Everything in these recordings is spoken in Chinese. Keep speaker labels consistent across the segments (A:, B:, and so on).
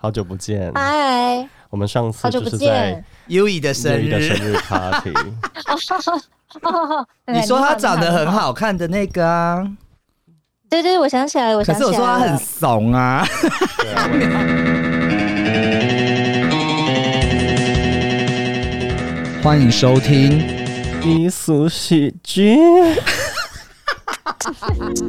A: 好久不见！
B: 嗨，
A: 我们上次
B: 啊好久
A: 就
B: 不
A: 是在
B: 见！
C: 优以的生
A: 业余的
C: 日，
A: 生日 party，
C: 你说她长得很
B: 好，
C: 好看的那个啊，
B: 对对，我想起来了，我
C: 可
B: 想起
C: 是
B: 来
C: 我
B: 了。
C: 说她很怂啊。欢迎收听，
A: 低俗喜剧。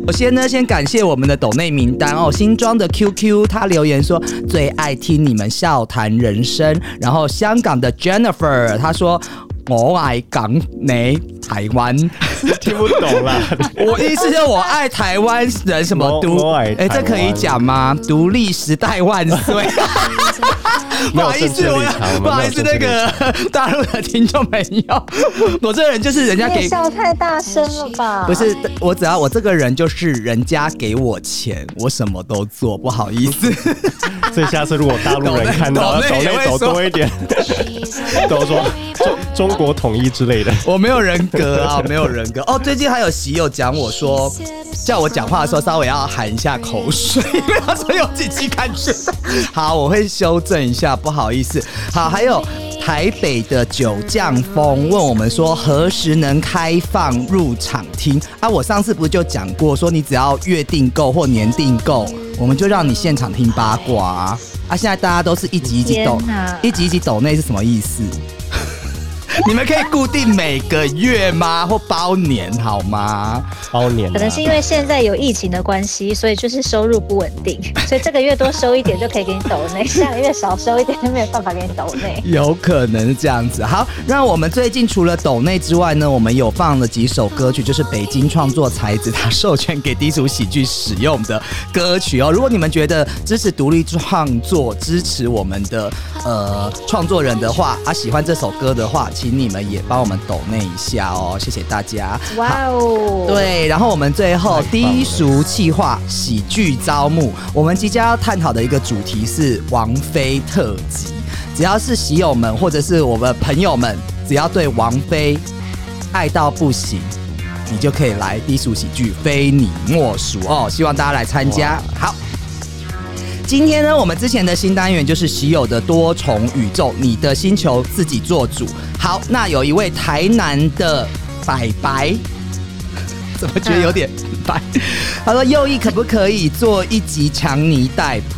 C: 首先呢，先感谢我们的抖内名单哦，新装的 QQ，他留言说最爱听你们笑谈人生，然后香港的 Jennifer，他说我爱港你台湾。
A: 听不懂 啦，
C: 我意思就是我爱台湾人什么独
A: 我我爱，台
C: 哎、这
A: 湾
C: 可以讲吗？独立时代万 岁！ 不好意思，
A: 没有政
C: 我
A: 治立场
C: 要不好意
A: 没有
C: 思，那
A: 政治立
C: 个 大陆的听众朋友， 我这个人就是人家
B: 你也
C: 给，
B: 笑啊太大声了吧？
C: 不是我只要我这个人就是人家给我钱，我什么都做，不好意思。
A: 所以下次如果大陆人看到，
C: 抖内
A: 抖内
C: 抖内也
A: 抖
C: 会说
A: 多一 点，抖说中中国统一之类的。
C: 我没有人格啊，没有人格。哦，最近还有喜友讲我说，叫我讲话的时候稍微要含一下口水， 因为他说有几期感 觉。好，我会修正一下，不好意思。好，还有台北的九降风问我们说何时能开放入场听啊？我上次不是就讲过，说你只要月订购或年订购，我们就让你现场听八卦啊。啊，现在大家都是一集一集抖
B: 天哪，
C: 一集一集抖内是什么意思？你们可以固定每个月吗？或包年好吗？
A: 包年啊，
B: 可能是因为现在有疫情的关系，所以就是收入不稳定，所以这个月多收一点就可以给你抖内，下个月少收一点就没有办法给你抖内。
C: 有可能是这样子。好，那我们最近除了抖内之外呢，我们有放了几首歌曲，就是北京创作才子他授权给低俗喜剧使用的歌曲哦。如果你们觉得支持独立创作、支持我们的呃创作人的话，啊喜欢这首歌的话，请你们也帮我们抖内一下哦，谢谢大家。
B: 哇哦，，
C: 对，然后我们最后
A: 太棒了
C: 低俗气化喜剧招募，我们即将要探讨的一个主题是王菲特辑。只要是喜友们或者是我们朋友们，只要对王菲爱到不行，你就可以来低俗喜剧，非你莫属哦！希望大家来参加。好。今天呢，我们之前的新单元就是喜友的多重宇宙，你的星球自己做主。好，那有一位台南的白白， 怎么觉得有点白？他说：“右翼可不可以做一集强尼戴普？”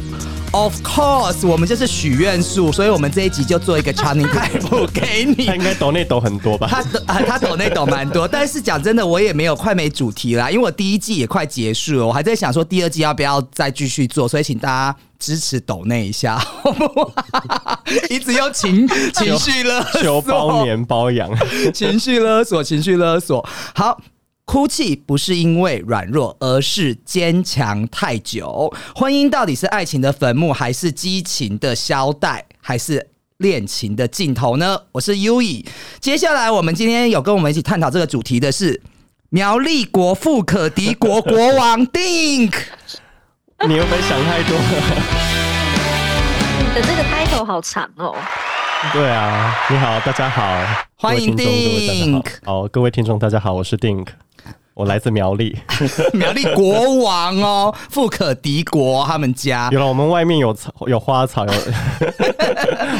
C: Of course，我们就是许愿树，所以我们这一集就做一个强尼戴普给你
A: 他。应该抖内抖很多吧？
C: 他抖啊，他抖内抖蛮多，但是讲真的，我也没有快没主题啦，因为我第一季也快结束了，我还在想说第二季要不要再继续做，所以请大家支持抖内一下，好不好？ 一直用情情绪勒索，
A: 求包年包养，
C: 情绪勒索，情绪勒索。好。哭泣不是因为软弱，而是坚强太久。婚姻到底是爱情的坟墓，还是激情的消带，还是恋情的尽头呢？我是 U E。接下来，我们今天有跟我们一起探讨这个主题的是苗栗国富可敌国国王 Dink。
A: 你有没有想太多了？
B: 你的这个 title 好长哦。
A: 对啊，你好，大家好，
C: 欢迎
A: 各位听众各位
C: Dink
A: 大家好，好，各位听众大家好，我是 Dink，我来自苗栗。
C: 苗栗国王哦，富可敌国他们家。
A: 有了，我们外面有草，有花草， 有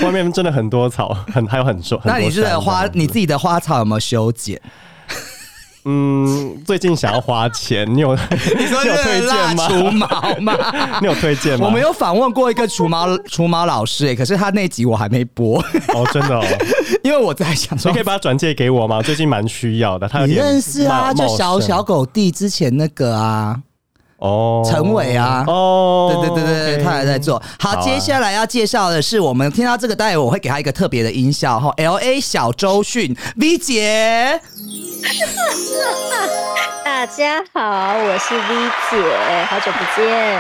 A: 外面真的很多草，很还有很多。
C: 那你
A: 很多
C: 是
A: 山这
C: 花
A: 样子
C: 你自己的花草有没有修剪？
A: 嗯，最近想要花钱，你有你
C: 你说
A: 有
C: 热
A: 推
C: 蜡
A: 荐
C: 除
A: 吗？
C: 毛吗？
A: 你有推荐吗？
C: 我们有访问过一个除毛除毛老师、欸，可是他那集我还没播，
A: 哦，真的哦，
C: 因为我在想
A: 你
C: 说
A: 可以，把它转借给我吗？最近蛮需要的，他有
C: 你
A: 点
C: 认识啊，
A: 冒
C: 就小
A: 冒
C: 小
A: 生
C: 狗弟之前那个啊，
A: 哦，
C: 陈伟啊
A: 哦，
C: 对对对对对，他还在做。好，
A: 好啊
C: 接下来要介绍的是，我们听到这个待会我会给他一个特别的音效哈，L A 小周迅 V 姐，
B: 大家好，我是 V 姐，好久不 见。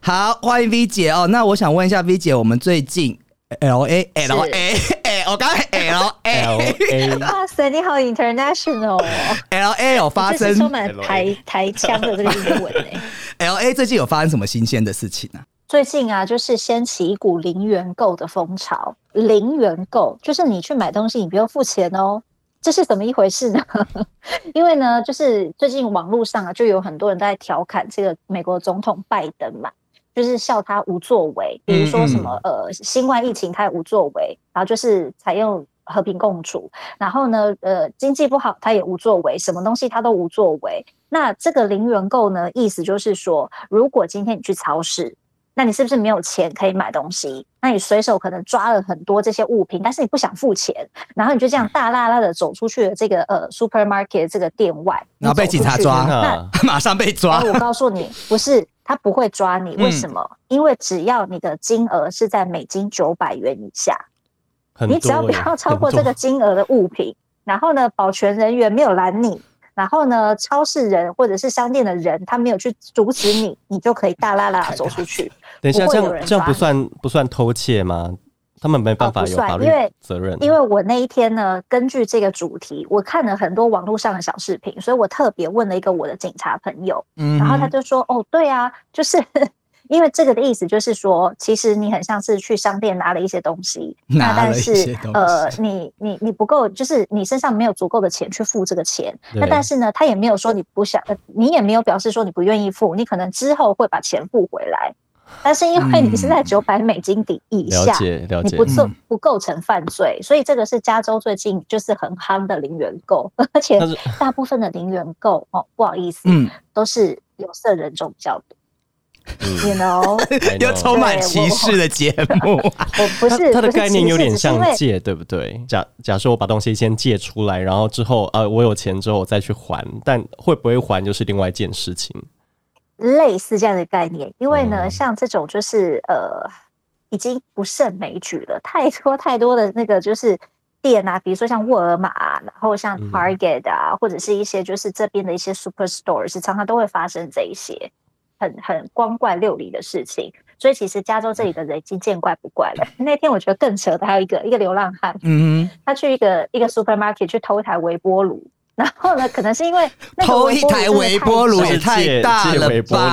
C: 好，欢迎 V 姐哦。那我想问一下 V 姐，我们最近 L A L A 哎，我刚才 L
A: L
C: A
A: A 啊
B: 哇塞，你好 international 哦，
C: L A 有发
B: 你真
C: 生
B: 是充满台 台腔的这个英文哎、
C: L A 最近有发生什么新鲜的事情啊？
B: 最近啊，就是掀起一股零元购的风潮。零元购就是你去买东西，你不用付钱哦。这是怎么一回事呢？ 因为呢，就是最近网络上啊，就有很多人在调侃这个美国总统拜登嘛，就是笑他无作为，比如说什么呃新冠疫情他也无作为，然后就是采用和平共处，然后呢呃经济不好他也无作为，什么东西他都无作为。那这个零元购呢，意思就是说，如果今天你去超市，那你是不是没有钱可以买东西？那你随手可能抓了很多这些物品，但是你不想付钱，然后你就
C: 嗯
B: 这样大啦啦的走出去了这个呃 supermarket 这个店外，
C: 然后被警察抓啊
B: 你走出去那
C: 马上被抓
B: 哎，。我告诉你，不是他不会抓你，
C: 嗯
B: 为什么？因为只要你的金额是在美金九百元以下，
A: 很
B: 你只要
A: 多
B: 不
A: 耶
B: 要超过
A: 很
B: 这
A: 多
B: 个金额的物品，然后呢，保全人员没有拦你，然后呢，超市人或者是商店的人他没有去阻止你，你就可以大啦啦地走出去。
A: 等一下，
B: 不
A: 这
B: 会有人
A: 样这样
B: 抓
A: 不
B: 你
A: 算不算偷窃吗？他们没办
B: 哦
A: 法
B: 不
A: 有
B: 算
A: 法律
B: 因为
A: 责任，
B: 因为我那一天呢，根据这个主题，我看了很多网络上的小视频，所以我特别问了一个我的警察朋友，
C: 嗯
B: 然后他就说：“哦，对啊，就是 因为这个的意思就是说，其实你很像是去商店拿了一些东西，那
C: 嗯拿
B: 但
C: 了一些
B: 是
C: 东
B: 呃，
C: 西嗯
B: 你你你不够，就是你身上没有足够的钱去付这个钱。那
A: 对
B: 但是呢，他也没有说你不想，呃你也没有表示说你不愿意付，你可能之后会把钱付回来，但是因为你是在
C: 嗯
B: 九百美金底以
A: 了
B: 下。
A: 解了
B: 你
A: 解
B: 不，做
C: 嗯
B: 不构成犯罪，所以这个是加州最近就是很夯的零元购， 而且
A: 但是
B: 大部分的零元购哦，不好意思，
C: 嗯，
B: 都是有色人种比较
A: 嗯
B: 多。You know，
A: I
C: 又
A: know
C: 充满歧视的节目，
B: 我 不
A: 它
B: 是
A: 它的
B: 不是
A: 概念
B: 歧
A: 有点
B: 视只是因
A: 像
B: 为
A: 借，对不对？假假设我把东西先借出来，然后之后啊、呃我有钱之后我再去还，但会不会还就是另外一件事情。
B: 类似这样的概念，因为呢，
C: 哦
A: 嗯
B: 像这种就是呃，已经不胜枚举了，太多太多的那个就是店啊，比如说像沃尔玛、啊，然后像
A: 嗯
B: Target 啊，或者是一些就是这边的一些 Superstore，是常常都会发生这一些很很光怪六离的事情。所以其实加州这里的人已经见怪不怪了。 那天我觉得更扯的还有一个一个流浪汉，
C: 嗯，
B: 他去一个一个 supermarket 去偷一台微波炉，然后呢，可能是因为那个
C: 偷一台微波炉
B: 真的太
C: 也
B: 小
C: 太大
A: 借
C: 了
A: 微波炉
C: 吧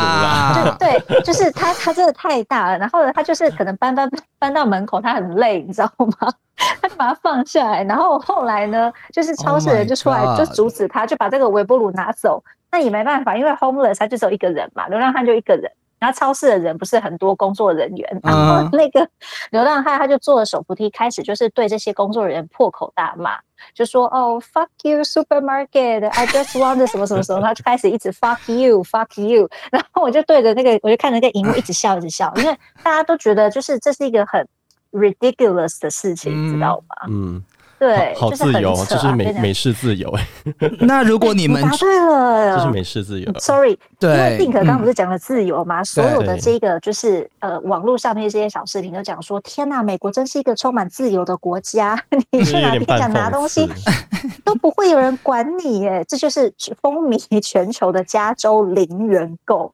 A: 啦？
B: 对，就是他，他真的太大了。然后呢，他就是可能搬搬搬到门口，他很累，你知道吗？他就把它放下来。然后后来呢，就是超市
C: Oh my
B: 人就出来就
C: God
B: 阻止他，就把这个微波炉拿走。那也没办法，因为 homeless 他就只有一个人嘛，流浪汉就一个人。然后超市的人不是很多工作人员，然后
C: 嗯
B: 那个流浪汉他就坐着手扶梯，开始就是对这些工作人员破口大骂，就说哦、fuck you supermarket，I just want 什么什 么什么，他就开始一直 fuck you fuck you，然后我就对着那个，我就看着那个荧幕一直笑一直笑，因为大家都觉得就是这是一个很 ridiculous 的事情，
C: 嗯
B: 知道吗？
A: 嗯，
B: 啊对，
A: 好好
B: 就是
A: 自
B: 很
A: 由，
B: 扯
A: 这是
B: 啊嗯
A: 美
B: 非常
A: 美式自由， 哎，
C: 那如果你
B: 你
C: 们
B: 答对了，
A: 这是美式自由。
B: Sorry，因为
C: 对，嗯
B: 定格刚刚不
C: 是
B: 是讲了自由嘛，所有的
A: 嗯对
B: 这个就是呃网络上面这些小视频都讲说，天呐，美国真是一个充满自由的国家， 你
A: 就是
B: 去
A: 有
B: 哪
A: 点
B: 里
A: 半
B: 想拿
A: 讽
B: 东西
A: 刺，
B: 都不会有人管你耶，这就是风靡全球的加州零元购。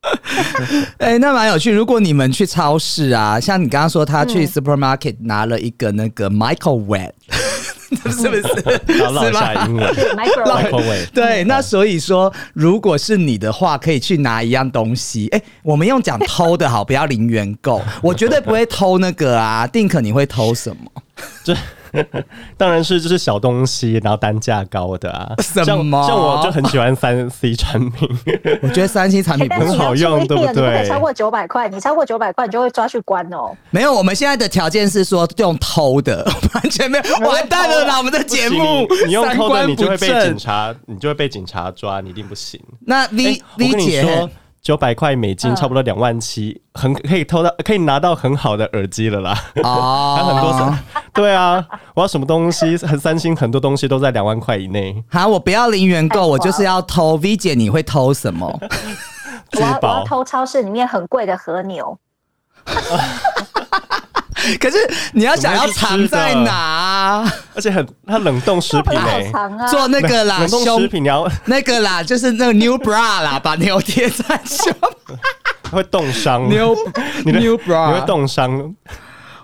C: 哎，那蛮有趣。如果你们去超市啊，像你刚刚说他去
B: 嗯
C: supermarket 拿了一个那个 microwave，是不 是？
A: 然后唠一下英 文。
B: 对
A: Michael
B: ，micro，
A: Way，
C: 对，那所以说，如果是你的话，可以去拿一样东西。哎、我们用讲偷 的好，不要零元购。我绝对不会偷那个啊，定可你会偷什么？
A: 当然是就是小东西，然后单价高的啊。
C: 什么
A: 像像我就很喜欢三 C 产品，
C: 我觉得三星产品
B: 但
C: 不
B: 是
C: 是
B: 你
A: 很好
B: 要注
A: 用
B: 意
A: 对不
B: 哦你不可以
A: 对
B: 超过九百块，你超过九百块你就会抓去关哦。
C: 没有。我们现在的条件是说用偷的，完全没有，完蛋了啦！我们的节目
A: 不行你你用
C: 三
A: 偷的，
C: 观
A: 你就
C: 不
A: 会被警
C: 正。
A: 察，你就会被警察抓，你一定不行。
C: 那 V、
A: 哎我
C: V
A: 跟你
C: 姐
A: 说，，九百块美金
B: 嗯
A: 差不多两万七，很可以偷到，可以拿到很好的耳机了啦。还很多
C: 哦，
A: 是， 对啊，我要什么东西，很三星很多东西都在两万块以内。
C: 好，我不要零元
B: 太
C: 购，
B: 滑
C: 我就是要偷。V 姐，你会偷什么？
A: 珠
B: 我要我
A: 宝
B: 要偷超市里面很贵的和牛，
C: 可是你要想要藏在
A: 怎么会是吃的
C: 哪啊？
A: 而且很它冷冻食品
B: 很好
A: 诶、
B: 藏啊。
C: 做那个啦，
A: 冷冻
C: 胸
A: 食品你要
C: 那个啦，就是 那个 new bra 啦，把牛贴在胸。
A: 会冻伤，你
C: new
A: 你的
C: new
A: 会
C: bra，
A: 冻伤。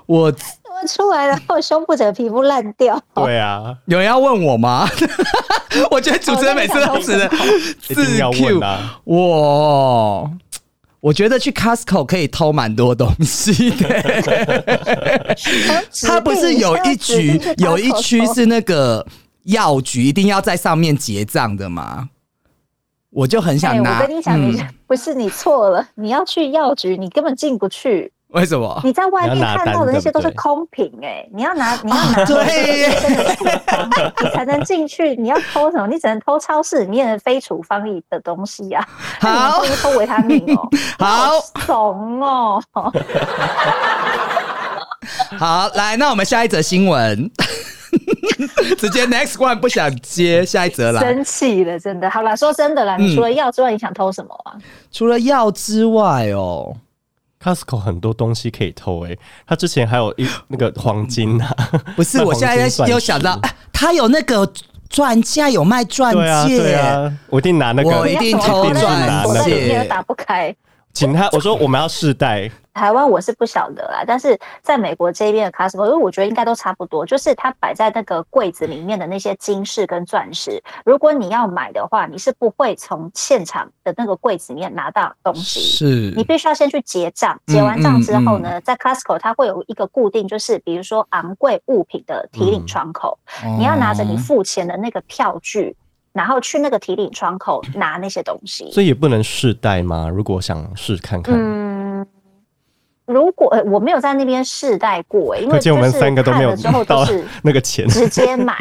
C: 我
B: 我出来然后胸部整个皮肤烂 掉。
A: 对啊，
C: 有人要问我吗？ 我觉得主持人每次都只
A: 哦
C: 能
A: 一
C: 自
A: 定要
C: Q
A: 问啊。
C: 我。我觉得去 Costco 可以偷蛮多东西 的，它不是有一局有一
B: 哎
C: 区是那个药局一定要在上面结账的吗？我就很
B: 哎，
C: 想拿。嗯
B: 我跟你讲，你、
A: 嗯
B: 不是你错了，你要去药局，你根本进不去。
C: 为什么？
B: 你在外面
A: 哦你要拿
B: 看到的那些
A: 单对不
B: 都
A: 对哦
B: 是空瓶哎、你要拿你要拿、
C: 啊 对耶
B: 真的处方，你才能进去。你要偷什么？你只能偷超市里面的非处方里的东西呀、啊。那
C: 好
B: 你能偷偷维他命哦、
C: 好
B: 怂哦、
C: 好，来，那我们下一则新闻， 直接 next one 不想接下一则来。
B: 生气了，真的。好啦，说真的啦，
C: 嗯
B: 你除了药之外，你想偷什么啊？
C: 除了药之外哦，
A: Costco 很多东西可以偷诶、他之前还有一那个黄金啊，
C: 不是，
A: 卖
C: 我
A: 黄
C: 现在
A: 金钻
C: 又想到，
A: 石
C: 啊他有那个钻戒，有卖钻
A: 对啊
C: 戒，
A: 对啊，我一定拿那个，
C: 我一定偷
A: 一定是拿
C: 钻
B: 我
A: 那
B: 那
C: 戒
A: 个，
B: 里面打不开。
A: 请他我说我们要试戴，
B: 台湾我是不晓得啦，但是在美国这边的 Costco，因为我觉得应该都差不多，就是它摆在那个柜子里面的那些金饰跟钻石，如果你要买的话，你是不会从现场的那个柜子里面拿到东西。
C: 是
B: 你必须要先去结账，结
A: 嗯
B: 完账之后呢，在 Costco 它会有一个固定，就是比如说昂贵物品的提领窗口，
A: 哦
C: 哦
B: 你要拿着你付钱的那个票据，然后去那个提领窗口拿那些东西。
A: 所以也不能试戴吗？如果想试看看，
B: 嗯，如果、呃我没有在那边试戴过、欸，因为
A: 可见我们
B: 就是
A: 三个都没有
B: 看了之后
A: 到
B: 都是
A: 那个钱。
B: 直接 买。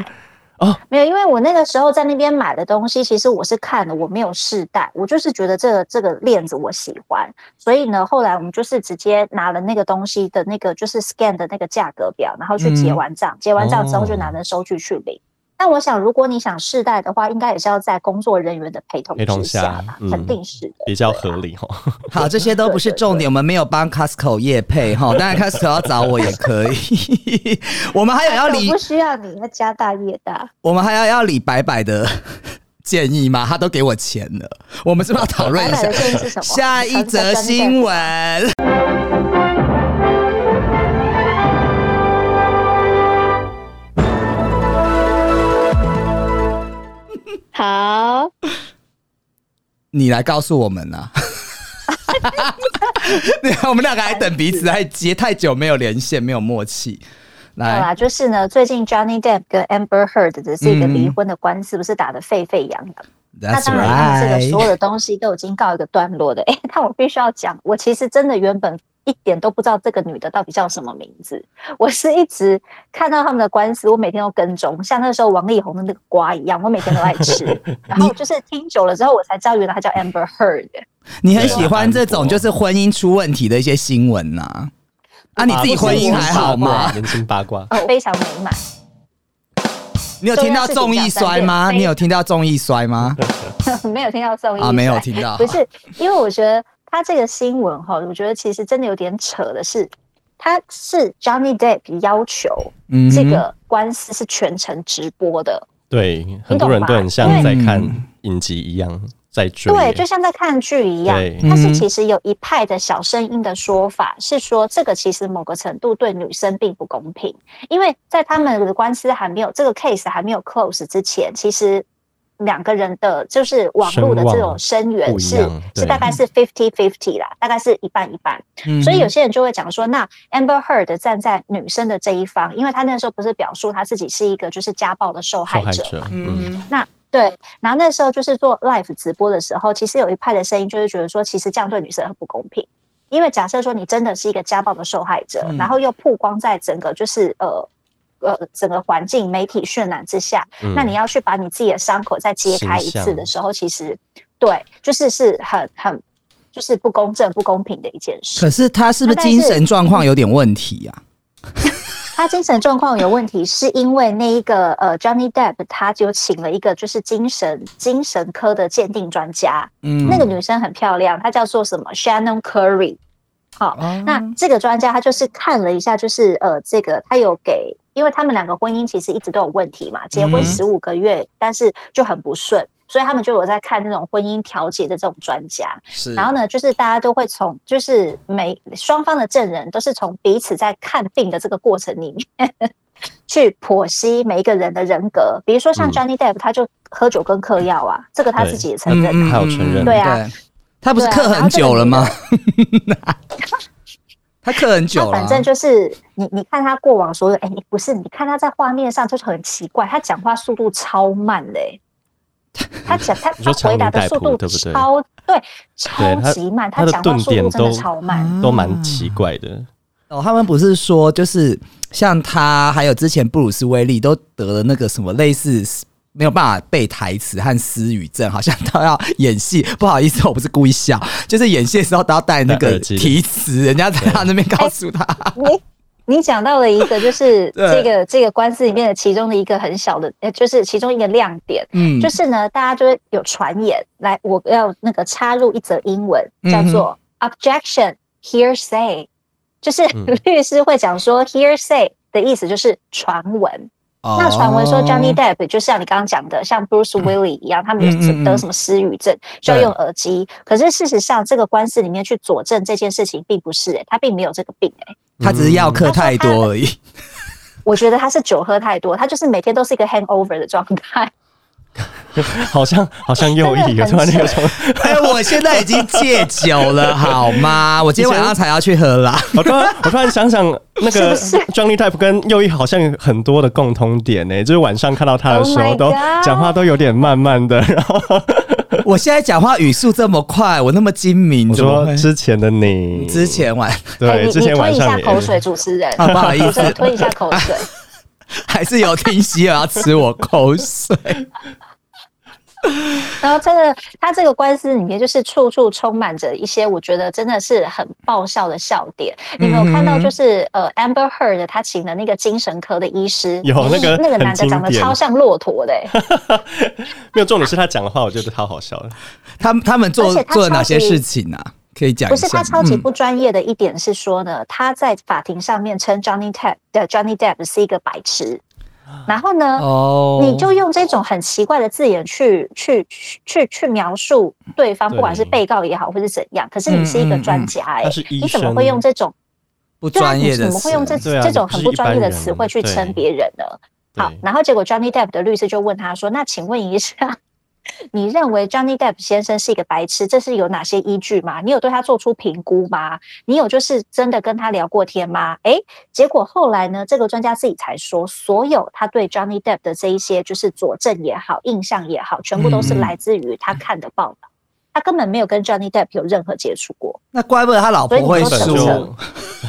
A: 哦，
B: 没有，因为我那个时候在那边买的东西，其实我是看了，我没有试戴，我就是觉得这个这个链子我喜欢，所以呢，后来我们就是直接拿了那个东西的那个就是 scan 的那个价格表，然后去结完
C: 哦
B: 账，结完账之后就拿着收据去领。但我想，如果你想试戴的话，应该也是要在工作人员的陪同
A: 陪同
B: 之
A: 下
B: 吧，
A: 嗯
B: 肯定是的。
A: 比较合理哦哈，
C: 好，这些都不是重点，我们没有帮 Costco 业配 哈，当然 Costco 要找我也可以。 我们还有要理
B: 哎不，需要你要家大业大。
C: 我们还要要理白白的建议吗？他都给我钱了，我们是不是要讨论一
B: 白
C: 下
B: 白的建议是什么
C: 下一则新闻？
B: 好，
C: 你来告诉我们 呐、啊。我们两个还等彼此，还接太久没有连线，没有默契。
B: 好啊
C: 来，
B: 啦，就是呢，最近 Johnny Depp 跟 Amber Heard 的这个
C: 哎嗯
B: 离婚的官司不是打得沸沸扬扬？那
C: That's
B: 当然，这个所
C: right。
B: 有的东西都已经告一个段落的。哎、 但我必须要讲，我其实真的原本一点都不知道这个女的到底叫什么名字。我是一直看到他们的官司，我每天都跟踪，像那时候王力宏的那个瓜一样，我每天都爱 吃。然后就是听久了之后，我才知道原来她叫 Amber Heard。
C: 你很喜欢这种
A: 对
C: 就是婚姻出问题的一些新闻呐、啊？你自己婚姻还 好吗？
A: 年轻八卦，
B: 哦，非常美满。
C: 你有听到重易摔吗？
B: 重要事情讲三遍
C: 你有听到重易摔吗？
B: 没有听到宋一
C: 啊，没有听到。
B: 不是，因为我觉得他这个新闻哈，我觉得其实真的有点扯的是，他是 Johnny Depp 要求
C: 嗯哼
B: 这个官司是全程直播的，
A: 对，很多人都很像在看影集一样在追，
B: 对，就像在看剧一样
A: 对。
B: 但
C: 嗯
B: 是其实有一派的小声音的说法是说，这个其实某个程度对女生并不公平，因为在他们的官司还没有这个 case 还没有 close 之前，其实。两个人的就是网络的这种声
A: 声望
B: 源
A: 不一
B: 是
A: 样对
B: 是大概是 fifty fifty 啦，大概是一半一半。
C: 嗯
B: 所以有些人就会讲说，那 Amber Heard 站在女生的这一方，因为她那时候不是表述她自己是一个就是家暴的受害
A: 受害
B: 者
A: 者，嗯，
C: 嗯
B: 那对，然后那时候就是做 live 直播的时候，其实有一派的声音就是觉得说，其实这样对女生很不公平，因为假设说你真的是一个家暴的受害者，
C: 嗯
B: 然后又曝光在整个就是呃。呃，整个环境媒体渲染之下，
A: 嗯
B: 那你要去把你自己的伤口再揭开一
A: 形象
B: 次的时候，其实对，就是是很很就是不公正、不公平的一件事。
C: 可是他
B: 啊
C: 是不是精神状况有点问题啊？
B: 他精神状况有问题，是因为那一个呃，Johnny Depp 他就请了一个就是精神精神科的鉴定专家，
C: 嗯
B: 那个女生很漂亮，她叫做什么 Shannon Curry。好，
C: 哦
B: 那这个专家他就是看了一下，就是呃，这个他有给，因为他们两个婚姻其实一直都有问题嘛，结婚
C: 嗯
B: 十五个月，但是就很不顺，所以他们就有在看那种婚姻调解的这种专家。
C: 是
B: 然后呢，就是大家都会从，就是每双方的证人都是从彼此在看病的这个过程里面 去剖析每一个人的人格。比如说像
A: 嗯
B: Johnny Depp，他就喝酒跟嗑药啊，这个他
A: 对嗯
B: 自己也
C: 嗯
B: 承认啊。
A: 还有承认
B: 对啊，
C: 他不是
B: 对啊
C: 刻很久了吗？ 他刻很
B: 他
C: 久了啊，
B: 反正就是你，你看他过往所 有，哎、你不是，你看他在画面上就是很奇怪，他讲话速度超慢的、哎他讲他
A: 你说
B: 他回答
A: 长
B: 的
A: 鸣
B: 速
A: 带
B: 度
A: 谱对不对
B: 超对
A: 对
B: 超
A: 他
B: 级慢，
A: 他
B: 他
A: 的
B: 讲话
A: 顿
B: 速
A: 点
B: 度真的
A: 都
B: 超慢。
A: 都蛮奇怪的。
C: 哦，他们不是说就是像他，还有之前布鲁斯威利都得了那个什么类似没有办法背台词和思语症，好像都要演戏。不好意思，我不是故意笑，就是演戏的时候都要戴那
A: 戴
C: 个
A: 耳机
C: 提词，人家在他那边告诉他。
B: 你你讲到了一个，就是 这
C: 对
B: 个这个官司里面的其中的一个很小的，呃就是其中一个亮点，
C: 嗯，
B: 就是呢，大家就会有传言来，我要那个插入一则英文，
C: 嗯
B: 叫做 objection hearsay，就是
A: 嗯
B: 律师会讲说 hearsay 的意思就是传闻。
C: 哦
B: 那传闻说 Johnny Depp 就像你刚刚讲的，像 Bruce Willis 一样，他们有
C: 嗯嗯嗯
B: 得什么失语症，就要用耳机。可是事实上，这个官司里面去佐证这件事情，并不是、欸、他并没有这个病、欸，
A: 嗯
C: 他只是药嗑太多而已。
B: 我觉得他是酒喝太多，他就是每天都是一个 hangover 的状态。
A: 好像好像右翼
B: 真的
A: 有
B: 很
A: 突然有
B: 扯
A: 种，
C: 哎、我现在已经戒酒了，好吗？我今天晚上才要去喝啦。
A: 我突然我突然想想，那个
B: 是不
A: Johnny Depp 跟右翼好像有很多的共通点呢、就是晚上看到他的
B: Oh
A: 时候
B: my
A: 都
B: God
A: 讲话都有点慢慢的，然后
C: 我现在讲话语速这么快，我那么精明，
A: 我
C: 怎么
A: 说
C: 会
A: 之前的你，
C: 之前 晚
B: 哎
A: 对
B: 你
A: 之
B: 你
A: 前
B: 吞
A: 晚
B: 一下
A: 上你
B: 口水，主 持人，
C: 啊不好意思
B: 主持人吞一下口水。
C: 还是有听希尔要吃我口水。
B: 然后真的，他这个官司里面就是处处充满着一些我觉得真的是很爆笑的笑点。你没有看到就是呃，Amber Heard 他请的那个精神科的医师，
A: 嗯有那个
B: 那个
A: 很
B: 男的
A: 经
B: 长得
A: 典
B: 超像骆驼的、 欸，
A: 没有重点是他讲的话，我觉得超好笑的。
C: 他们他们做
B: 而且他
C: 做了哪些
B: 超级
C: 事情啊？可以讲
B: 不
C: 一
B: 是
C: 下
B: 他超
C: 吗。
B: 级
C: 嗯
B: 不专业的一点是说呢，他在法庭上面称 Johnny Depp 的 Johnny Depp 是一个白痴，然后呢，
C: 哦，
B: 你就用这种很奇怪的字眼去去去去去描述对方，
A: 对
B: 不管是被告也好，或是怎样。可是你是一个专家
A: 嗯
B: 哎、
A: 嗯嗯他是医生
B: 你怎么会用这种
C: 不
B: 对啊？
C: 专
B: 你
C: 业
B: 怎
C: 的
B: 么
C: 词
B: 会用这
A: 对啊
B: 这种很不专业的
A: 你不是一般人
B: 词汇去称
A: 对
B: 别人呢？好
A: 对，
B: 然后结果 Johnny Depp 的律师就问他说：“那请问一下， 你认为 Johnny Depp 先生是一个白痴，这是有哪些依据吗？你有对他做出评估吗？你有就是真的跟他聊过天吗？”诶，结果后来呢，这个专家自己才说，所有他对 Johnny Depp 的这一些就是佐证也好、印象也好，全部都是
C: 嗯嗯
B: 来自于他看的报道。他根本没有跟 Johnny Depp 有任何接触过，
C: 那怪不得他老婆会
B: 所
A: 本
B: 以你说
C: 说，
A: 就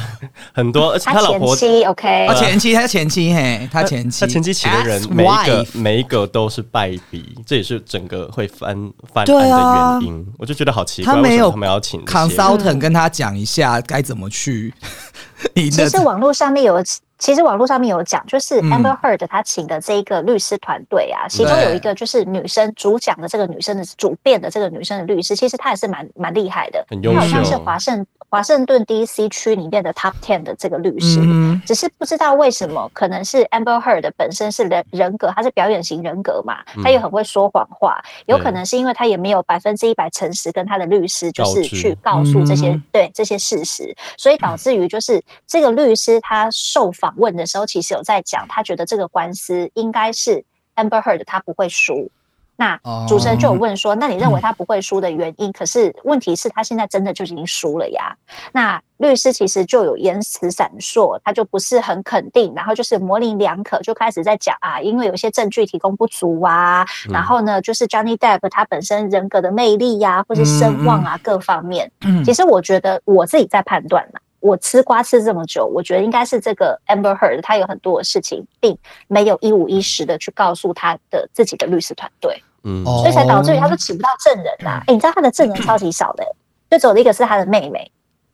A: 很多，而且他老
B: 前
A: 婆
B: 妻 OK，
C: 啊前妻，他前妻嘿，他前妻，
A: 他前期请的人
C: That's
A: 每一个
C: wife
A: 每一个都是败笔，这也是整个会翻翻案
C: 对啊
A: 的原因。我就觉得好奇怪，
C: 他没
A: 为什么
C: 有
A: 他们要请这些
C: consultant 跟他讲一下该怎么去 赢
B: 其
C: 得
B: 实网络上面有，其实网络上面有讲，就是
C: 嗯
B: Amber Heard 她请的这一个律师团队啊，其中有一个就是女生主讲的这个女生的主辩的这个女生的律师，其实她也是蛮蛮厉害的，
A: 很
B: 她
A: 优
B: 好像是
A: 秀，
B: 华盛华盛顿 D.C. 区里面的 Top Ten 的这个律师。
C: 嗯，
B: 只是不知道为什么，可能是 Amber Heard 本身是人人格，她是表演型人格嘛，
A: 嗯
B: 她也很会说谎话，有
A: 对
B: 可能是因为她也没有百分之一百诚实跟她的律师就
A: 告
B: 是
A: 知
B: 去告诉这些、
C: 嗯
B: 对这些事实，所以导致于就是这个律师他受访问的时候，其实有在讲，他觉得这个官司应该是 Amber Heard 他不会输。那
C: 哦
B: 主持人就有问说，那你认为他不会输的原因？可是问题是他现在真的就已经输了呀。那律师其实就有言辞闪烁，他就不是很肯定，然后就是模棱两可，就开始在讲啊，因为有些证据提供不足啊，
A: 嗯
B: 然后呢，就是 Johnny Depp 他本身人格的魅力呀、或是声望啊、各方面。
C: 嗯
B: 其实我觉得我自己在判断啦，我吃瓜吃这么久，我觉得应该是这个 Amber Heard 他有很多的事情，并没有一五一十的去告诉他的自己的律师团队，
A: 嗯，
C: 哦嗯
B: 所以才导致于他都请不到证人啊。诶，你知道他的证人超级少的、就只有一个是他的妹妹。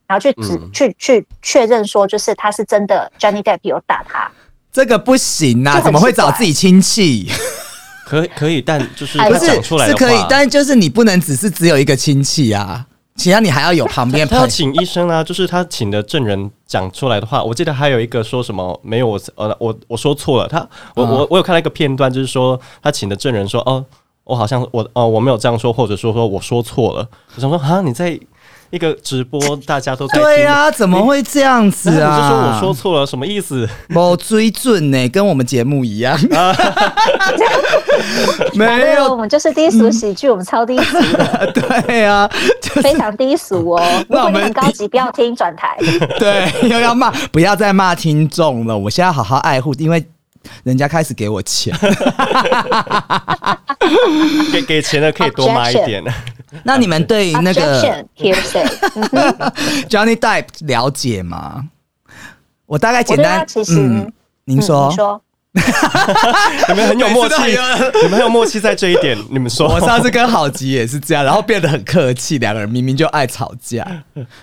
B: 然后去指、
A: 嗯
B: 去去确认说，就是他是真的 Johnny Depp 有打他，
C: 这个不行
B: 就
C: 啊，
B: 很
C: 怎么会找自己亲戚？
A: 可以可以， 但就是
B: 哎
A: 他
C: 不
B: 他
C: 是
A: 讲出来
C: 是
A: 的
C: 可以，
A: 话，
C: 但是就是你不能只是只有一个亲戚啊，其他你还要有旁边
A: 他
C: 朋
A: 要
C: 友。
A: 请医生啊，就是他请的证人讲出来的话，我记得还有一个说什么没有我呃我我说错了，他我、
C: 啊
A: 我我有看到一个片段，就是说他请的证人说哦，我好像我哦我没有这样说，或者说说我说错了，我想说啊你在一个直播大家都在听
C: 对啊，怎么会这样子
A: 然
C: 啊？
A: 后哎你就说我说错了，什么意思？
C: 某追准呢、跟我们节目一样， 没
B: 对，我
C: 有
B: 们就是低
C: 嗯
B: 俗喜剧，我们超低 俗的。
C: 对啊，就是
B: 非常低俗哦。如
C: 那我
B: 果你
C: 们
B: 很高级，不要 听转台。
C: 对，又要骂，不要再骂听众了。我现在好好爱护，因为人家开始给我钱。
A: 给给钱的可以多买一点。
C: 那你们对于那个
B: objection hearsay，嗯哼
C: Johnny Depp 了解吗？我大概
B: 我
C: 简
B: 觉得他
C: 单，
B: 其实嗯
C: 您说，
B: 你说
A: 你们很有 默契
C: 每次都很，
A: 你们很有默契在这一点。你们说，
C: 哎我上次跟郝吉也是这样，然后变得很客气，两个人明明就爱吵架。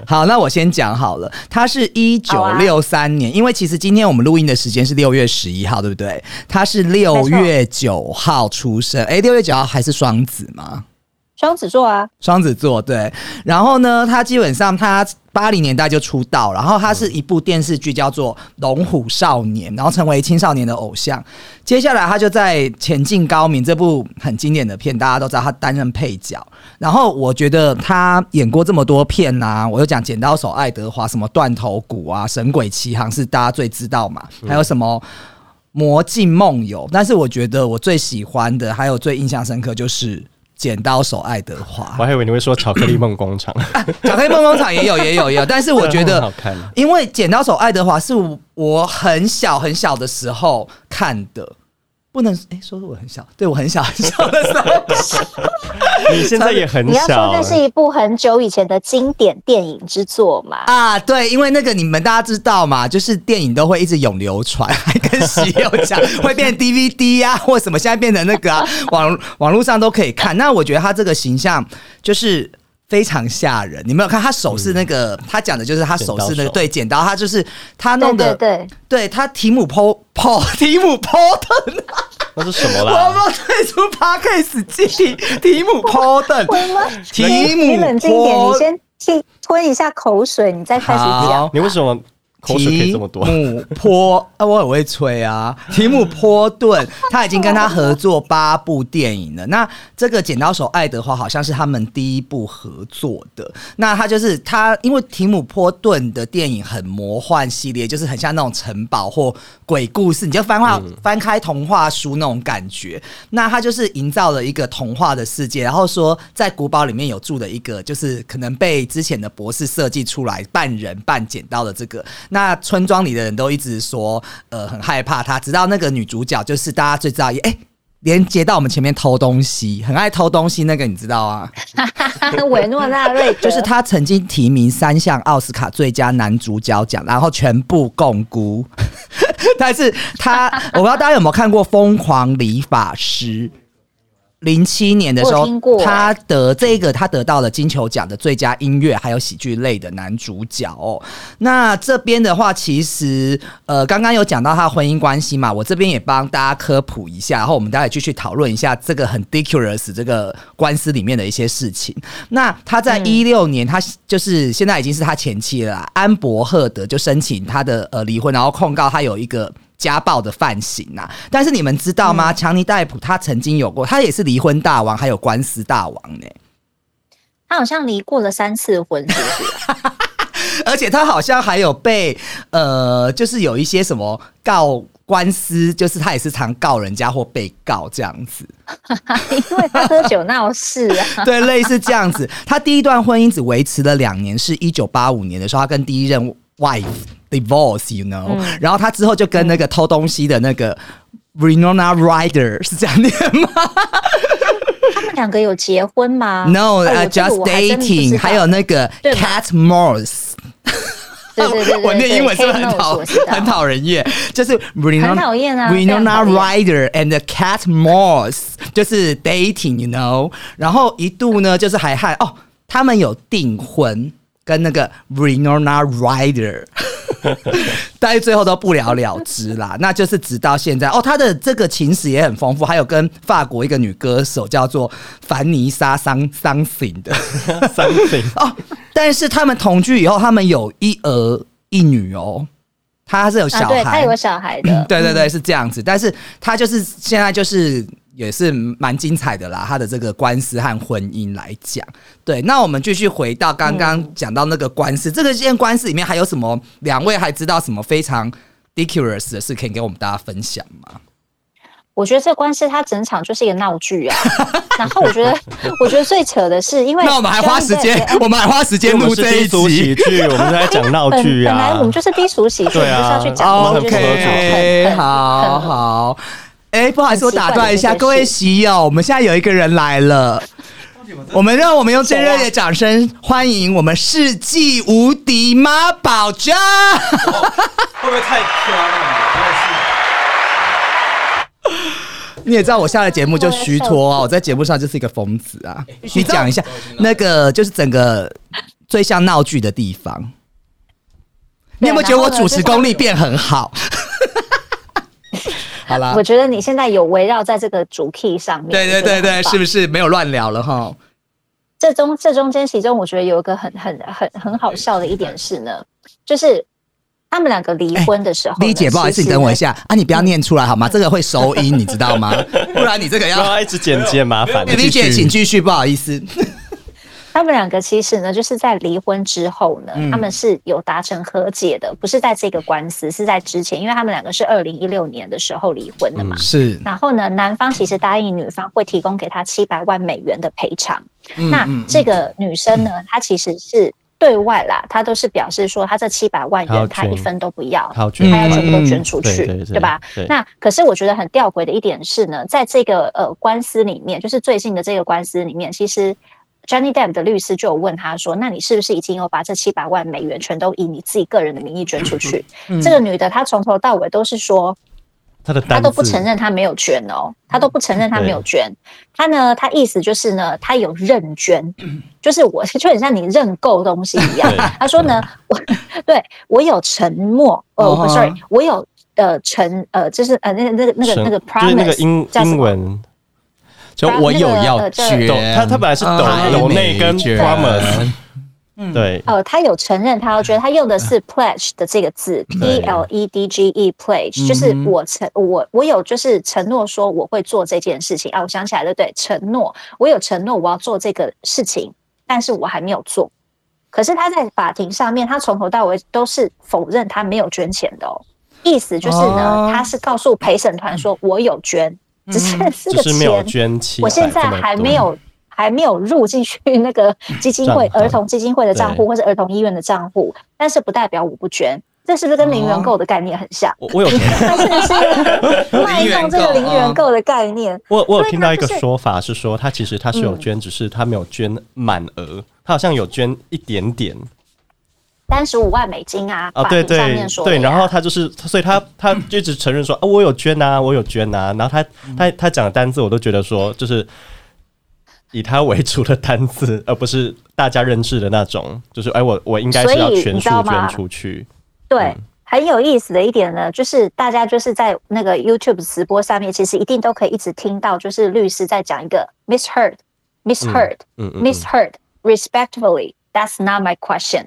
C: 好，那我先讲好了，他是一九六三年，因为其实今天我们录音的时间是六月十一号，对不对？他是六月九号出生，诶，六月九号还是双子吗？
B: 双子座啊，
C: 双子座对，然后呢，他基本上他八零年代就出道，然后他是一部电视剧叫做《龙虎少年》，然后成为青少年的偶像。接下来他就在《前进高明》这部很经典的片，大家都知道他担任配角。然后我觉得他演过这么多片呐、我就讲《剪刀手爱德华》、什么《断头谷》啊，《神鬼奇航》是大家最知道嘛，还有什么？魔镜梦游，但是我觉得我最喜欢的，还有最印象深刻就是《剪刀手爱德华》。
A: 我还以为你会说巧克力梦工厂，
C: 巧克力梦工厂也有，也有，也有。但是我觉
A: 很好
C: 得，
A: 看。
C: 因为《剪刀手爱德华》是我很小很小的时候看的，不能哎、说我很小，对我很小很小的时候，
A: 你现在也很
B: 你要
A: 小
B: 说，
C: 欸
B: 这是一部很久以前的经典电影之作嘛？
C: 啊，对，因为那个你们大家知道嘛，就是电影都会一直永流传，还跟喜友讲会变 DVD 啊，或什么，现在变成那 个、啊、网网络上都可以看。那我觉得他这个形象就是。非常吓人，你没有看他手是那个，他讲的就是他手是
A: 嗯剪
C: 那
A: 刀
C: 个
A: 手
C: 对剪刀，他就是他
B: 对
C: 弄的
B: 对对，
C: 对他提姆波波提姆波顿，
A: 那是什么
C: 我要不
A: 啦？
C: 要退出 Parkes 记提姆波顿？
B: 为什么？
C: 提
B: 你
C: 姆
B: 冷静一点，你
C: 波
B: 先去吞一下口水，你再开始讲。
C: 好，
A: 你为什么口水可以这么多
C: 提？姆波，啊，我很会 吹啊。提姆波顿，他已经跟他合作八部电影了。那这个《剪刀手爱德华》好像是他们第一部合作的。那他就是他，因为提姆波顿的电影很魔幻系列，就是很像那种城堡或鬼故事，你就
A: 嗯
C: 翻话翻开童话书那种感觉。那他就是营造了一个童话的世界，然后说在古堡里面有住的一个，就是可能被之前的博士设计出来半人半剪刀的这个。那村庄里的人都一直说，呃，很害怕他，直到那个女主角就是大家最知道，哎、连接到我们前面偷东西，很爱偷东西那个，你知道啊？
B: 维诺纳 瑞德
C: 就是他曾经提名三项奥斯卡最佳男主角奖，然后全部共估。 但是 他，我不知道大家有没有看过《疯狂理发师》。零七年的
B: 我
C: 时
B: 有
C: 候
B: 听，过
C: 他得这个，他得到了金球奖的最佳音乐还有喜剧类的男主角哦。那这边的话，其实呃，刚刚有讲到他的婚姻关系嘛，我这边也帮大家科普一下，然后我们待会继续讨论一下这个很 ridiculous 这个官司里面的一些事情。那他在一六年，他就是现在已经是他前妻了啦，安伯赫德就申请他的呃离婚，然后控告他有一个。家暴的犯行呐、但是你们知道吗？强尼戴普他曾经有过，他也是离婚大王，还有官司大王呢、
B: 他好像离过了三次婚，是 不是？
C: 而且他好像还有被呃，就是有一些什么告官司，就是他也是常告人家或被告这样子，
B: 因为他喝酒闹事 啊。
C: 对，类似这样子。他第一段婚姻只维持了两年，是一九八五年的时候，他跟第一任 wife divorce，you know，、然后
B: 嗯
C: 他之后就跟那个偷东西的那个 Renona Ryder 是这样念吗？
B: 他们两个有结婚吗 哦
C: No，呃、
B: 这个
C: just
B: 我还真不知
C: dating，
B: 道
C: 还有那个
B: 对
C: Cat Morse，
B: 对对对对对
C: 我念英文是不是很
B: Kate Moss，
C: 讨
B: 我知道
C: 很讨人厌，就是
B: 很
C: Winona
B: 讨厌啊
C: Winona
B: 非常
C: Ryder and the Cat Morse，就是 dating，you know，然后一度呢就是还和哦，他们有订婚。跟那个 Winona Ryder，但是最后都不了了之 啦。那就是直到现在哦，他的这个情史也很丰富，还有跟法国一个女歌手叫做凡妮莎桑桑 g 的，
B: 嗯
A: ？Something
C: 哦，但是他们同居以后，他们有一儿一女哦，他是有
B: 啊，
C: 小
B: 对，他
C: 孩，嗯
B: 有小孩的，
C: 对对对，是这样子。但是他就是现在就是也是蛮精彩的啦，他的这个官司和婚姻来讲，对。那我们继续回到刚刚讲到那个官司，这个件官司里面还有什么？两位还知道什么非常 ridiculous 的事可以给我们大家分享吗？
B: 我觉得这官司它整场就是一个闹剧 啊。然后我觉得，我觉得最扯的是，因为
C: 那我们还花时间
B: Johnny，Depp
C: 我们还花时间
A: 因为我
C: 录
A: 们是
C: 这一
A: 低俗
C: 集
A: 喜。剧，我们在讲闹
B: 本
A: 剧
B: 本来
A: 啊
B: 我。们就是低俗喜剧，
A: 对啊
B: 我们就是要去讲
A: 我
B: 那
A: 们
B: 些
A: 很合作
B: 很
C: 哦 OK，
B: 很
C: 好好。哎、不好意思，
B: 哦很
C: 我
B: 奇怪
C: 打断一下
B: 的一件事
C: 各位喜友，我们现在有一个人来了，我们让我们用最热烈的掌声欢迎我们世纪无敌妈宝 j
D: 会不会太夸张
C: 你也知道，我下了节目就虚脱
B: 哎
C: 啊，我在节目上就是一个疯子啊。你讲一下那个，就是整个最像闹剧的地方。你有没有觉得我主持功力变 很好？好啦
B: 我，觉得你现在有围绕在这个主 key 上面，
C: 啊对对对对，是不
B: 是？
C: 是没有乱聊了哈？
B: 这中这中间其中，我觉得有一个很很很很好笑的一点是呢，就是他们两个离婚的时候呢，
C: 丽哎姐，不好意思，
B: 其
C: 你
B: 实
C: 等我一下啊！你不要念出来好吗？这个会收音，你知道吗？不然你这个
A: 不
C: 要……
A: 要一直剪接，麻烦。
D: 没有
C: 丽姐，
A: 继续
C: 请继续，不好意思。
B: 他们两个其实呢，就是在离婚之后呢，
C: 嗯
B: 他们是有达成和解的，不是在这个官司，是在之前，因为他们两个是二零一六年的时候离婚的嘛。
C: 是，
B: 然后呢，男方其实答应女方会提供给他七百万美元的赔偿。
C: 嗯
A: 嗯
B: 那这个女生呢，她其实是对外啦，她都是表示说，她这七百万
A: 她要
B: 元她一
A: 捐
B: 分都不要，
A: 好，
C: 嗯
A: 全
B: 他要全部都捐出去，
A: 对对对
B: 吧
A: 对？
B: 那可是我觉得很吊诡的一点是呢，在这个呃官司里面，就是最近的这个官司里面，其实 Johnny Depp 的律师就有问他说：“那你是不是已经有把这七百万美元全都以你自己个人的名义捐出去？”
A: 嗯
B: 这个女的她从头到尾都是说，
A: 他的
B: 她
A: 单
B: 都不
A: 字
B: 承认她没有捐哦，她都不承认她没有捐。她呢，她意思就是呢，她有认捐，就是我 就很像你认购东西一样
A: 对。
B: 她说呢，我对我有承诺，呃，
C: 哦
B: 不 sorry，我有呃承呃，就是呃那个那个那个
A: 成就是那
B: 那个
A: 个
B: promise，
A: 英
B: 叫什
A: 英
B: 么
A: 文，
D: 就我有
B: 呃
D: 要捐，
A: 抖他他本来是抖
C: 哦还
A: 抖内跟
D: 没捐
A: promise，对，
B: 呃，他有承认，他要觉得他用的是 pledge 的这个字 ，p
A: 对嗯
B: l e d g e pledge，就是我承我我有就是承诺说我会做这件事情啊，我想起来了，对，承诺，我有承诺我要做这个事情，但是我还没有做。可是他在法庭上面，他从头到尾都是否认他没有捐钱的哦，意思就是
C: 哦
B: 呢，他是告诉陪审团说我有捐，只是这
A: 就
B: 个
A: 嗯是没有
B: 钱
A: 捐弃。
B: 我现在还没有还没有入进去 那个基金会、
A: 账户
B: 儿童基金会的账户或者儿童医院的账户，但是不代表我不捐。这是不是跟零
C: 哦
B: 元购的概念很像？
A: 我我有
B: 它是 不是卖
C: 零元购哦
B: 弄这个零元购的概念？
A: 我我
B: 所
A: 有
B: 以
A: 听
B: 他
A: 到一个
B: 就是嗯
A: 说法是说，他其实他是有捐，只是他没有捐满额，他好像有捐一点点
B: 三十五万美金啊！
A: 啊，
B: 法
A: 对
B: 庭上
A: 对
B: 面说的
A: 对，
B: 呀
A: 然后他就是，所以他他就一直承认说啊，我有捐啊，我有捐啊，然后他
B: 嗯
A: 他他讲的单字我都觉得说就是。以他为主的单字， 而不是大家认识的那种，就是哎，我我应该是要
B: 所以
A: 全
B: 你知
A: 数
B: 道吗
A: 捐出去，
B: 对，
A: 嗯
B: 很有意思的一点呢，就是大家就是在那个 YouTube 直播上面，其实一定都可以一直听到，就是律师在讲一个 misheard、misheard、
A: 嗯嗯
B: misheard、respectfully。That's not my question。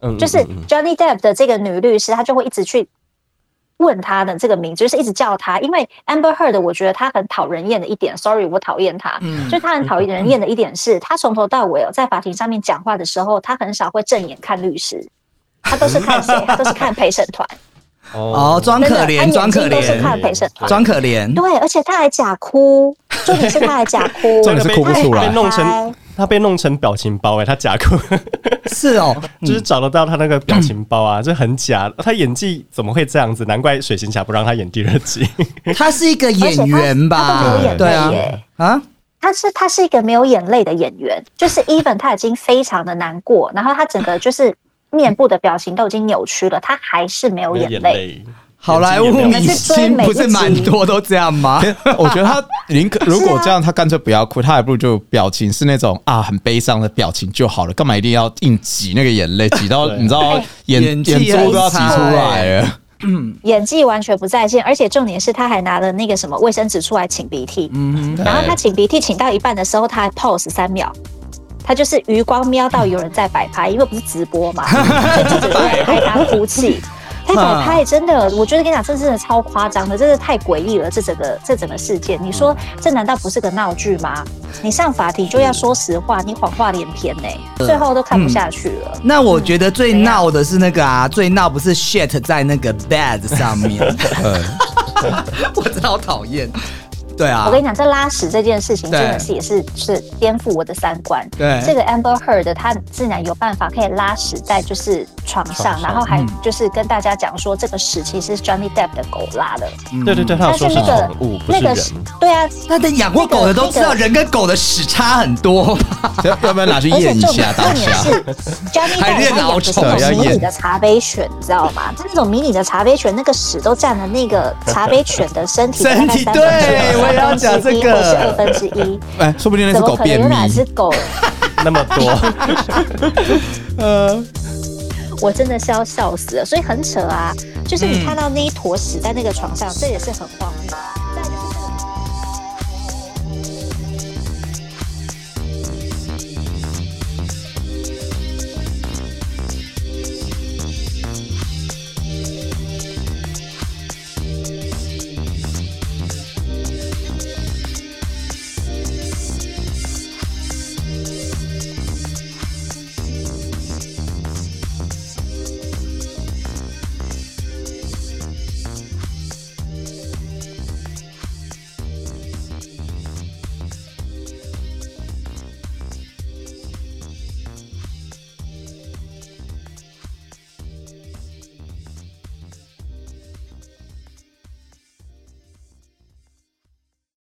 A: 嗯，
B: 就是
A: 嗯嗯
B: Johnny Depp 的这个女律师，她就会一直去问她的这个名字，就是一直叫她。因为 Amber Heard，我觉得她很讨人厌的一点，sorry，我讨厌她，
C: 嗯
B: 就是她很讨人厌的一点是，她从头到尾哦，在法庭上面讲话的时候，她很少会正眼看律师，她都是看谁？她都是看陪审团，
C: 哦，装
B: 真
C: 可
B: 的，她
C: 怜，装
B: 眼
C: 可
B: 睛都是
C: 怜，
B: 看陪审团。
C: 装可怜。
B: 对，而且她还假哭，重点是她还假 哭，
A: 真的
D: 是哭不
B: 她还
D: 出来
A: 被
B: 摆
A: 弄
B: 拍
A: 成他被弄成表情包哎、他假哭，
C: 是哦，
A: 就是
B: 嗯
A: 找得到他那个表情包 啊，这很假。他演技怎么会这样子？难怪水行侠不让他演第二集。
C: 他是一个演员吧
B: 而且他他？都
C: 对
B: 没有
C: 啊
B: 演技耶，
C: 啊，
B: 他是他是一个没有眼泪的演员，就是 even 他已经非常的难过，然后他整个就是面部的表情都已经扭曲了，他还是没有
A: 没有
B: 眼泪。，
C: 好莱坞
A: 眼睛也没有
C: 明
A: 演
C: 星不是蛮多都这样吗？
D: 我觉得他宁可如果这样，他干脆不要哭，他还不如就表情是那种啊很悲伤的表情就好了，干嘛一定要硬挤那个眼泪，挤到
A: 对
D: 你知道眼
C: 演
D: 眼
C: 技
D: 珠都要挤
C: 很
D: 出
C: 差
D: 来了。
B: 演技完全不在线，而且重点是他还拿了那个什么卫生纸出来擤鼻涕，然后他擤鼻涕擤到一半的时候，他还 pose 三秒。他就是余光瞄到有人在摆拍，因为不是直播嘛，所以记者就在拍他哭泣。他摆拍真的，我觉得跟你讲，这真的超夸张的，真的太诡异了。这整个这整个事件，你说这难道不是个闹剧吗？你上法庭就要说实话，你谎话连篇呢、最后都看不下去了。
C: 那我觉得最闹的是那个啊，最闹不 是 shit 在那个 bed 上面，我真的好讨厌。对啊
B: 我跟，你讲，这拉屎这件事情
C: 对
B: 真的是也是是颠覆我的三观。
C: 对
B: 这个 Amber Heard 她竟然有办法可以拉屎在就是床上，
A: 床上
B: 然后还
C: 嗯
B: 就是跟大家讲说这个屎其实是 Johnny Depp 的狗拉的。
A: 对对对，他有
B: 但
A: 说
B: 是
A: 是
B: 那个
A: 宠物，不是
B: 那
A: 人
B: 个。对啊，
C: 那得养过狗的都知
B: 那
C: 道，
B: 个
C: 人跟狗的屎差很多吧？
D: 要要不然拿去
B: 而且
D: 验一
B: 重
D: 下，当
B: 重点
D: 下。
B: 是 Johnny
C: 还
B: Depp
C: 练
B: 他
C: 老
B: 养的是
C: 丑
B: 那
D: 要
B: 种迷
D: 演
B: 你的茶杯犬，你知道吗？这种迷你的茶杯犬，那个屎都占了那个茶杯犬的身体的大
C: 身
B: 概
C: 体
B: 三分
C: 对
B: 之一
C: 我也要讲这个
B: 或是二分之一。
D: 哎，说不定那
B: 怎
D: 只
B: 么
D: 狗
B: 可能
D: 便
B: 有
D: 秘。
B: 哪只狗？
A: 那么 多，
C: 呃，
B: 我真的是要笑死了，所以很扯啊！就是你看到那一坨屎在那个床上，这也是很荒谬。